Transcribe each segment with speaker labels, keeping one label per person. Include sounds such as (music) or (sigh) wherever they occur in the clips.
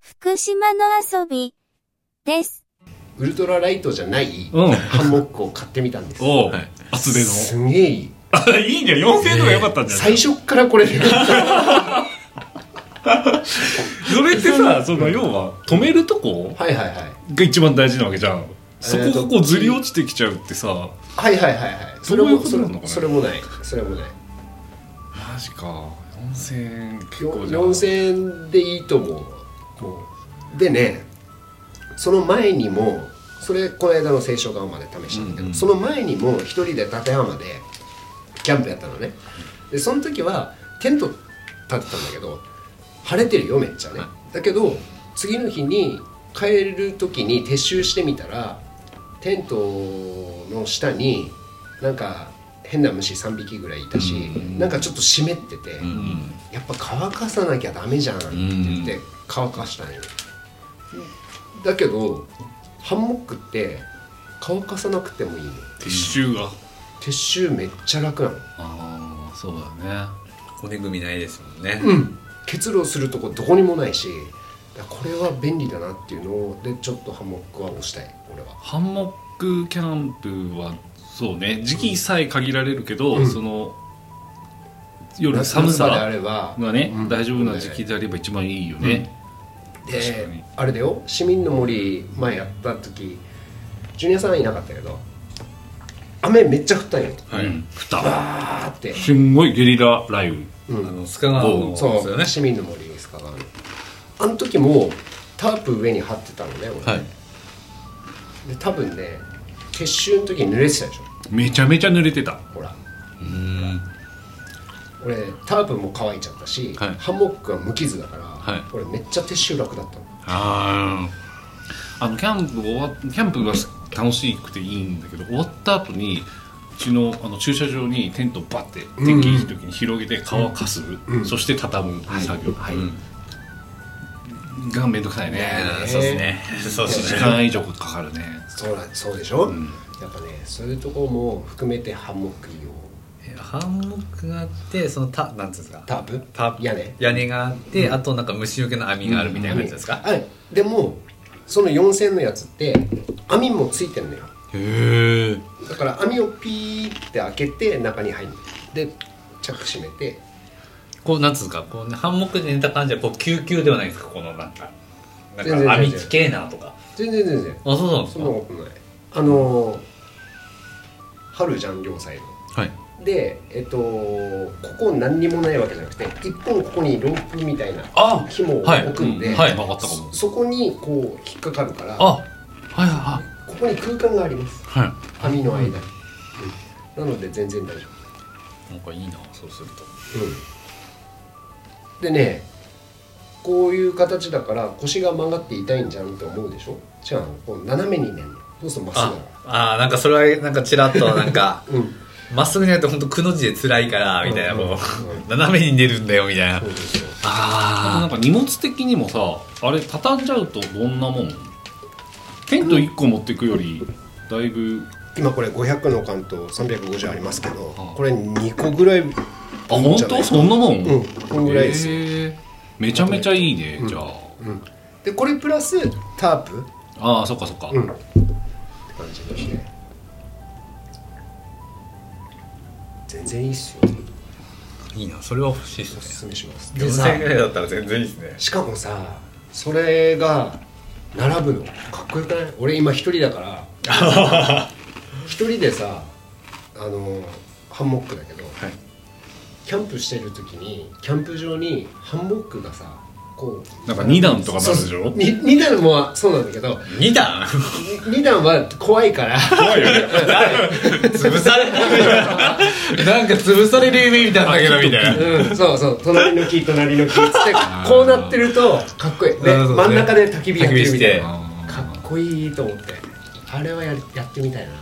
Speaker 1: 福島の遊びです。
Speaker 2: ウルトラライトじゃない
Speaker 3: うん
Speaker 2: ハンモックを買ってみたんです
Speaker 3: おう
Speaker 4: はい
Speaker 3: 厚手の
Speaker 2: すげえいい
Speaker 3: あいいね4000円とかよかったんじゃない、
Speaker 2: 最初っからこ (laughs) れで
Speaker 3: それってさその要は止めるとこ
Speaker 2: はいはいはい
Speaker 3: が一番大事なわけじゃんそこがこうずり落ちてきちゃうってさ
Speaker 2: はいはいはいはいそれ
Speaker 3: どうい
Speaker 2: も
Speaker 3: うこと
Speaker 2: それ
Speaker 3: なのかな
Speaker 2: それもないそれもない
Speaker 3: マジか4000円結
Speaker 2: よ
Speaker 3: 構じゃん
Speaker 2: 4000円でいいと思うもうでねその前にもそれこの間の清少川まで試したんだけど、
Speaker 3: うんうん
Speaker 2: その前にも一人で立山でキャンプやったのねでその時はテント立ってたんだけど晴れてるよめっちゃねだけど次の日に帰る時に撤収してみたらテントの下になんか変な虫3匹ぐらいいたし、なんかちょっと湿ってて、
Speaker 4: うん
Speaker 2: やっぱ乾かさなきゃダメじゃんって言って乾かしたんよ、だけどハンモックって乾かさなくてもいいの
Speaker 3: 撤収が
Speaker 2: 撤収めっちゃ楽なの
Speaker 4: ああそうだね骨組みないですもんね、
Speaker 2: うん結露するとこどこにもないしだからこれは便利だなっていうのをでちょっとハンモックは押したい俺は
Speaker 3: ハンモックキャンプはそうね時期さえ限られるけど、
Speaker 2: うん
Speaker 3: その夜寒
Speaker 2: 夏場であ
Speaker 3: さ
Speaker 2: れば
Speaker 3: がね、
Speaker 2: うん
Speaker 3: 大丈夫な時期であれば一番いいよね、確
Speaker 2: で
Speaker 3: かに
Speaker 2: あれだよ市民の森前やった時ジュニアさんはいなかったけど雨めっちゃ降ったんよ
Speaker 4: はい、
Speaker 3: うん蓋
Speaker 2: バーって、
Speaker 3: すんごいゲリラ雷雨
Speaker 2: うん
Speaker 4: あの須賀川のです
Speaker 2: そう
Speaker 4: よね
Speaker 2: 市民の森ですからあの時もタープ上に張ってたのね俺、
Speaker 4: はい
Speaker 2: で多分ね撤収の時に濡れてたでしょ
Speaker 3: めちゃめちゃ濡れてた
Speaker 2: ほら
Speaker 4: うん
Speaker 2: 俺タープも乾いちゃったし、
Speaker 4: はい
Speaker 2: ハンモックは無傷だから、
Speaker 4: はい
Speaker 2: 俺めっちゃ撤収楽だったの
Speaker 3: ああのキャンプ終わキャンプが楽しくていいんだけど終わった後にうちのあの駐車場にテントをバッて天気いい時に広げて乾かす、
Speaker 2: ん
Speaker 3: そして畳む作業、
Speaker 2: はい、
Speaker 4: うん
Speaker 3: がめんどくさいね
Speaker 2: ね
Speaker 4: そうですねそうです
Speaker 3: 時
Speaker 4: ね
Speaker 3: 間以上かかるね
Speaker 2: そうなんそうでしょ、やっぱねそういうとこも含めてハンモック用
Speaker 4: えハンモックがあってそのたなんていうんですか
Speaker 2: タープ
Speaker 4: タープ
Speaker 2: 屋根
Speaker 4: 屋根があって、あとなんか虫除けの網があるみたいな感じですか、
Speaker 2: はいでもその4000のやつって網もついてんのよ
Speaker 4: へえ
Speaker 2: だから網をピーって開けて中に入るでチャック閉めて
Speaker 4: こうなんていうんですかこう、ね、ハンモックで寝た感じはこう救急ではないですかこのなんかな
Speaker 2: 全
Speaker 4: ん
Speaker 2: 然全
Speaker 4: か
Speaker 2: 然
Speaker 4: 網きけえなとか
Speaker 2: 全然全然
Speaker 4: あそうなんです
Speaker 2: そ
Speaker 4: か
Speaker 2: んなことないあのー春じゃん両サイ
Speaker 4: はい
Speaker 2: ドでえっとここ何にもないわけじゃなくて一本ここにロープみたいな
Speaker 4: あ
Speaker 2: 紐を
Speaker 4: はい
Speaker 2: 置くんで、
Speaker 4: うんはい曲がったか
Speaker 2: そ
Speaker 4: も
Speaker 2: そこにこう引っかかるから
Speaker 4: あはいは
Speaker 2: ここに空間があります
Speaker 4: いはいは
Speaker 2: 網の間に、うんなので全然大丈
Speaker 4: いなんかいいなそうすると
Speaker 2: 夫、うん、でねこういう形だから腰が曲がって痛いんじゃんって思うでしょじゃあこう斜めにねんのそうするとまっす
Speaker 4: あ
Speaker 2: ぐだか
Speaker 4: あーなんかそれはなんかちらっとなん (laughs) か
Speaker 2: らうん
Speaker 4: まっすぐ寝ないと本当くの字で辛いからみたいな
Speaker 2: うんうん
Speaker 4: こ
Speaker 2: うん
Speaker 4: う斜めに寝るんだよみたいな
Speaker 2: そうですよ
Speaker 3: あとなん
Speaker 4: あ
Speaker 3: か荷物的にもさあれ畳んじゃうとどんなもんテント1個持ってくよりだいぶ
Speaker 2: 今これ500の缶と350ありますけど
Speaker 3: あ
Speaker 2: これ2個ぐらいあ
Speaker 3: あ本当そんなもん、
Speaker 2: うんこんぐらいですよ
Speaker 3: へえめちゃめちゃいいね、じゃあ
Speaker 2: うんでこれプラスタープ
Speaker 3: ああそっかそっか、
Speaker 2: うんって感じでして全然いいっすよ
Speaker 4: いいなそれは欲しい
Speaker 2: おす
Speaker 4: ですすね
Speaker 2: めしますでさ
Speaker 4: 4000円ぐらいだったら全然いいですね
Speaker 2: しかもさそれが並ぶのかっこよくない俺今一人だから
Speaker 3: (laughs)
Speaker 2: 一人でさあのハンモックだけど、
Speaker 4: はい
Speaker 2: キャンプしてる時にキャンプ場にハンモックがさこう
Speaker 3: なんか2段とかなるでし
Speaker 2: そ
Speaker 3: ょ
Speaker 2: うに二段もそうなんだけど
Speaker 4: 2段
Speaker 2: に二段は怖いから
Speaker 3: 怖いよね
Speaker 4: 潰されるなんか潰される夢見たんだけどみたいな
Speaker 2: うん、そうそう隣の木隣の木っつってこうなってるとかっこいい、で
Speaker 4: なるほど
Speaker 2: 真
Speaker 4: ね
Speaker 2: ん中で焚き火やってるみたいな
Speaker 4: 焚
Speaker 2: かっこいいと思ってあれはやりやってみたいな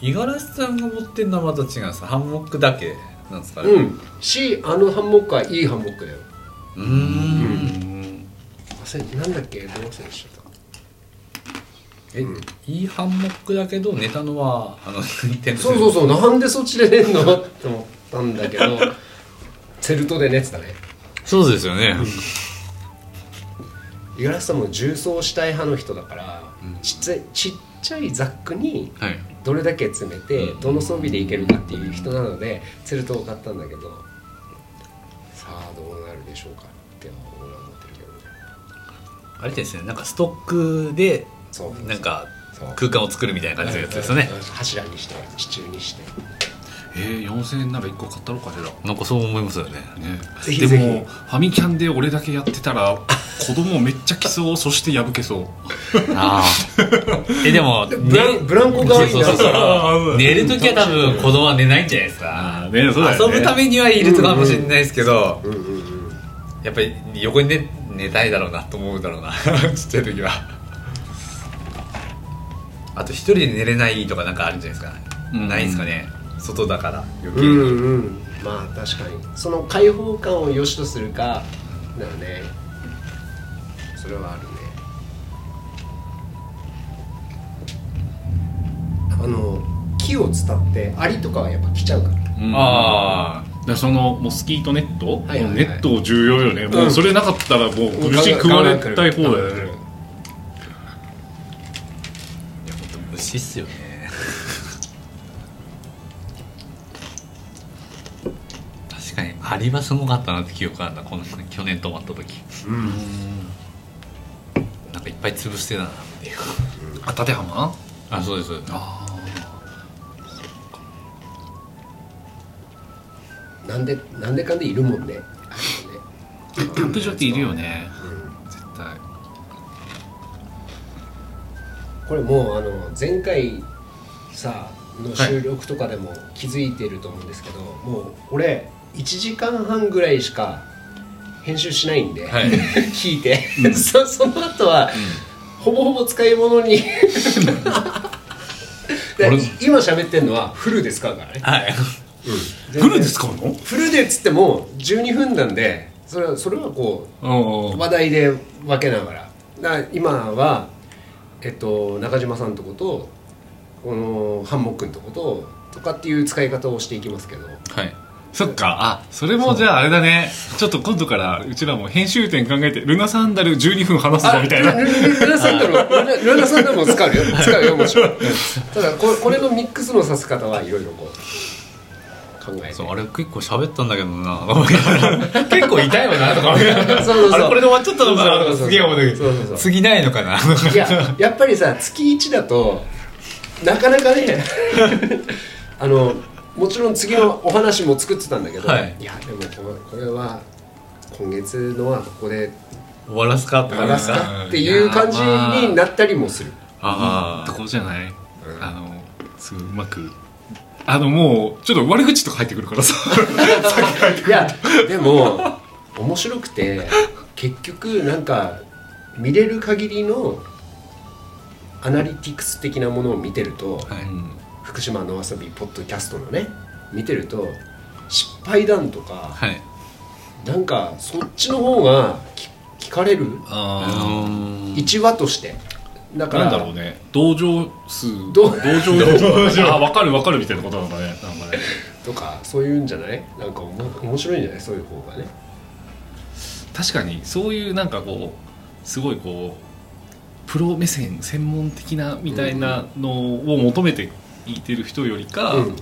Speaker 4: 五十嵐さんが持ってるのはまた違うんですハンモックだけなんですかね
Speaker 2: うんしあのハンモックはいいハンモックだよ
Speaker 4: うーん
Speaker 2: 忘れなんだっけどう忘れしちゃった
Speaker 4: えいいハンモックだけど寝たのはあの (laughs) テント
Speaker 2: そうそうそうなんでそっちで寝んのって思ったんだけ
Speaker 4: (laughs)
Speaker 2: どセルトで寝てたね
Speaker 4: そうですよね
Speaker 2: 五十嵐さんも重曹したい派の人だから、
Speaker 5: うん
Speaker 2: ちっちゃいちっちゃいザックに
Speaker 5: はい
Speaker 2: どれだけ詰めてどの装備でいけるかっていう人なので釣ると買ったんだけどさあどうなるでしょうかって俺は思ってるけどね
Speaker 4: あれですねなんかストックで
Speaker 2: そうそうそう
Speaker 4: なんか
Speaker 2: そう
Speaker 4: 空間を作るみたいな感じのやつですよね
Speaker 2: うん柱にして支柱にして
Speaker 3: えー、4000円なら1個買ったろかしら
Speaker 4: なんかそう思いますよね
Speaker 3: ね
Speaker 2: ぜひぜひ
Speaker 3: でもファミキャンで俺だけやってたら子供めっちゃ来そうそして破けそう
Speaker 4: ああ (laughs) えでも
Speaker 2: ブランブランコ代わりにな
Speaker 4: そう
Speaker 2: る
Speaker 4: そ
Speaker 2: か
Speaker 4: う
Speaker 2: ら
Speaker 4: そう寝るときは多分子供は寝ないんじゃないですか、
Speaker 3: ねそうだよね
Speaker 4: 遊ぶためにはいるとかもしれないですけど、
Speaker 2: うんうんうん
Speaker 4: やっぱり横に寝寝たいだろうなと思うだろうな (laughs) ちっちゃい時はあと一人で寝れないとかなんかあるんじゃないですか、
Speaker 3: うん
Speaker 4: ないですかね外だから余
Speaker 2: う
Speaker 4: 計に、
Speaker 2: んうんまあ確かにその開放感を良しとするかだよねそれはあるねあの木を伝ってアリとかはやっぱ来ちゃうから
Speaker 4: あ
Speaker 3: だからそのモスキートネット、
Speaker 2: はいはいはい
Speaker 3: ネット重要よね、もうそれなかったらもう
Speaker 2: もう
Speaker 3: 虫食われたい方だ
Speaker 2: ガンガ
Speaker 3: よ
Speaker 2: ン食われる
Speaker 3: ね
Speaker 4: あいや本当虫っすよ (laughs) ね確かにアリはすごかったなって記憶あるなこの去年泊まった時なんかいっぱい潰してたなっていう
Speaker 3: あ立浜
Speaker 4: あそうです
Speaker 3: あ
Speaker 2: なんでなんでかんでいるもんね
Speaker 3: キャンプ場っているよね絶対
Speaker 2: これもうあの前回さの収録とかでも気づいてると思うんですけど、もう俺1時間半ぐらいしか編集しないんで、
Speaker 4: はい
Speaker 2: (laughs) 聞いて、 (laughs) そその後は、ほぼほぼ使い物に (laughs) で
Speaker 4: 俺
Speaker 2: 今喋ってるのはフルで使うからね
Speaker 4: はい
Speaker 3: フルで使うの
Speaker 2: フルでっつっても12分なんでそれはそれはこう
Speaker 3: あ
Speaker 2: 話題で分けながらだから今は、えっと、中島さんとことこのハンモックのとこととかっていう使い方をしていきますけど
Speaker 4: はい
Speaker 3: そっかあそれもじゃああれだねちょっと今度からうちらも編集点考えてルナサンダル12分話すぞみたいな
Speaker 2: ルルルナサンダルもルルナサンダルも使
Speaker 4: (laughs)
Speaker 2: うよ使うよもちろんただここれのミックスのさせ方はいろいろこう考えて
Speaker 4: そうあれ結構喋ったんだけどな (laughs) 結構痛いよなとか思いながら
Speaker 2: (laughs) そうそうそう
Speaker 4: あれこれで終わっちゃったのかなと
Speaker 2: そうそう
Speaker 4: か
Speaker 2: そう
Speaker 4: すげえ思うんだけ
Speaker 2: そうそうそ
Speaker 4: ど
Speaker 2: う
Speaker 4: 次ないのかない
Speaker 2: ややっぱりさ月1だとなかなかねあのもちろん次のお話も作ってたんだけど、
Speaker 4: はい
Speaker 2: やでもこのこれは今月のはここで
Speaker 4: 終わらすかって
Speaker 2: 終わ
Speaker 4: 思いま
Speaker 2: ら
Speaker 4: し
Speaker 2: す
Speaker 4: た
Speaker 2: かっていう感じになったりもする、
Speaker 4: あ
Speaker 3: と
Speaker 4: あ
Speaker 3: こじゃない、あのすごいうまくあのもうちょっと悪口とか入ってくるからさ
Speaker 2: いやでも面白くて結局なんか見れる限りのアナリティクス的なものを見てると、福島の遊びポッドキャストのね見てると失敗談とか、
Speaker 4: はい
Speaker 2: なんかそっちの方がき聞かれる
Speaker 3: あ
Speaker 2: 1話としてだ
Speaker 3: あ
Speaker 2: から
Speaker 3: なんだろうね同情数
Speaker 2: どう
Speaker 3: 同情量あ分かる分かるみたいなことなのかねなんかね
Speaker 2: とかそういうんじゃないなんかおも面白いんじゃないそういう方がね
Speaker 3: 確かにそういうなんかこうすごいこうプロ目線専門的なみたいなのを求めていてる人よりか、
Speaker 2: うん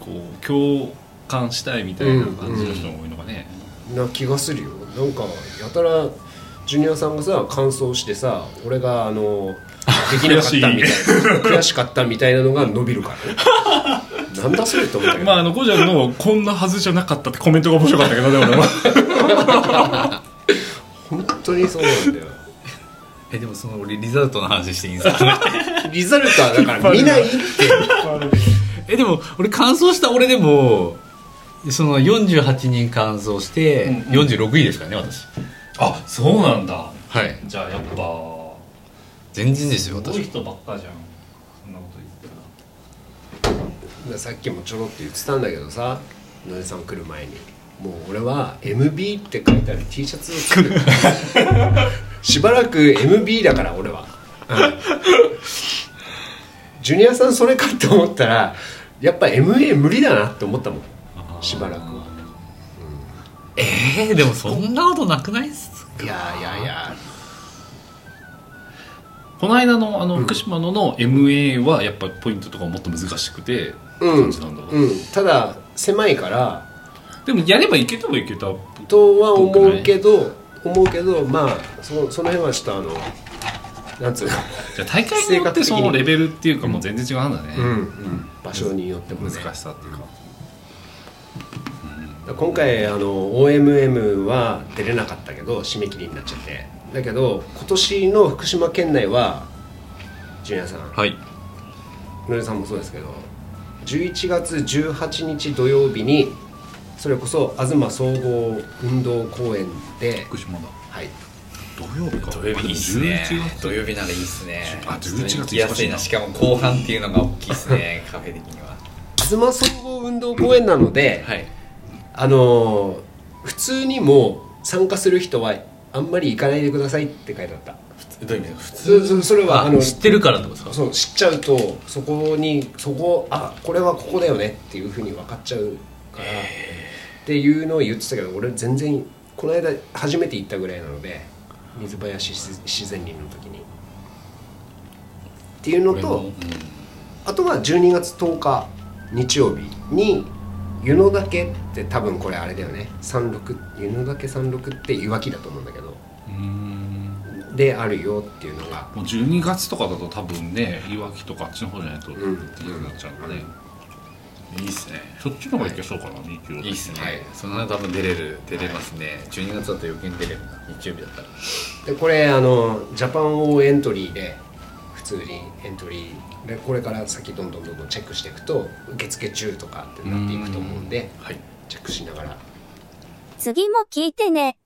Speaker 3: こう共感したいみたいな感じの人が多いのかね、
Speaker 2: な気がするよなんかやたらジュニアさんがさ感想してさ俺があ
Speaker 3: (laughs)
Speaker 2: のできなかったみたいな悔しかったみたいなのが伸びるからねなんだそれと思ったけど、
Speaker 3: まああのゴジャルの「こんなはずじゃなかった」ってコメントが面白かったけどね俺も
Speaker 2: 本当にそうなんだよ
Speaker 4: えでもその俺リザルトの話していいんです
Speaker 3: (laughs)
Speaker 4: か
Speaker 2: リザルトはだから見ないって
Speaker 4: えでも俺乾燥した俺でもその48人乾燥して
Speaker 3: うんうん
Speaker 4: 46位ですからね私
Speaker 6: あそうなんだ
Speaker 4: はい
Speaker 6: じゃあやっぱ
Speaker 4: 全然ですよ
Speaker 6: すご
Speaker 4: 私
Speaker 6: い人ばっかじゃんそんなこと言ってたら
Speaker 2: さっきもちょろっと言ってたんだけどさ野出さん来る前にもう俺は MB って書いてある T シャツを作 (laughs) るしばらく MB だから俺は、うんジュニアさんそれかって思ったらやっぱ MA 無理だなって思ったもんしばらくは
Speaker 4: えー、でもそんなことなくないっす
Speaker 2: いやいやいや
Speaker 3: この間のあの福島のの MA はやっぱポイントとかもっと難しくて
Speaker 2: うん
Speaker 3: 感じなんだわ、
Speaker 2: うんただ狭いから
Speaker 3: でもやればいけたはいけた
Speaker 2: とは思うけど思うけどまあそその辺はちょっとあのなんつうの、
Speaker 3: じゃあ大会によってそのレベルっていうかもう全然違うんだね、
Speaker 2: うん場所によっても、ね、
Speaker 3: 難しさっていうか、
Speaker 2: 今回あの OMM は出れなかったけど締め切りになっちゃってだけど今年の福島県内は純也さん
Speaker 4: はい
Speaker 2: 野りさんもそうですけど11月18日土曜日にそれこそ東総合運動公園で、
Speaker 3: 福島だ
Speaker 2: はい、
Speaker 3: 土曜日か
Speaker 4: 土曜日いいっすね
Speaker 3: 11月
Speaker 6: 土曜日ならいいっすね
Speaker 3: あ11月
Speaker 6: 行きやすいなしかも後半っていうのが大きいっすねカフェ的には
Speaker 2: 東総合運動公園なので、
Speaker 4: はい
Speaker 2: あのー普通にも参加する人はあんまり行かないでくださいって書いてあった
Speaker 6: どういう意味普通
Speaker 2: そそそれはあの
Speaker 4: 知ってるからってことですか
Speaker 2: そう知っちゃうとそこにそこあこれはここだよねっていうふうに分かっちゃうから、っていうのを言ってたけど俺全然この間初めて行ったぐらいなので水林自自然林の時にっていうの
Speaker 3: 俺
Speaker 2: と
Speaker 3: も
Speaker 2: あとは12月10日日曜日に湯野岳って多分これあれだよね36湯野岳36っていわきだと思うんだけど
Speaker 3: うんうん
Speaker 2: であるよっていうのが
Speaker 3: もう12月とかだと多分ねいわきとかあっちの方じゃないとでき
Speaker 2: うん
Speaker 3: なくなっちゃうからね、
Speaker 6: いいっすね
Speaker 3: そっちの方がいけそうかな、日曜日
Speaker 6: いいっすね、
Speaker 4: はいそのな多分出れる出れますね12月だと余計に出れるな日曜日だったら
Speaker 2: でこれあのジャパンオーエントリーで普通にエントリーでこれから先どんどんどんどんチェックしていくと受付中とかってなっていくと思うんで
Speaker 4: はい
Speaker 2: チェックしながら
Speaker 1: 次も聞いてね。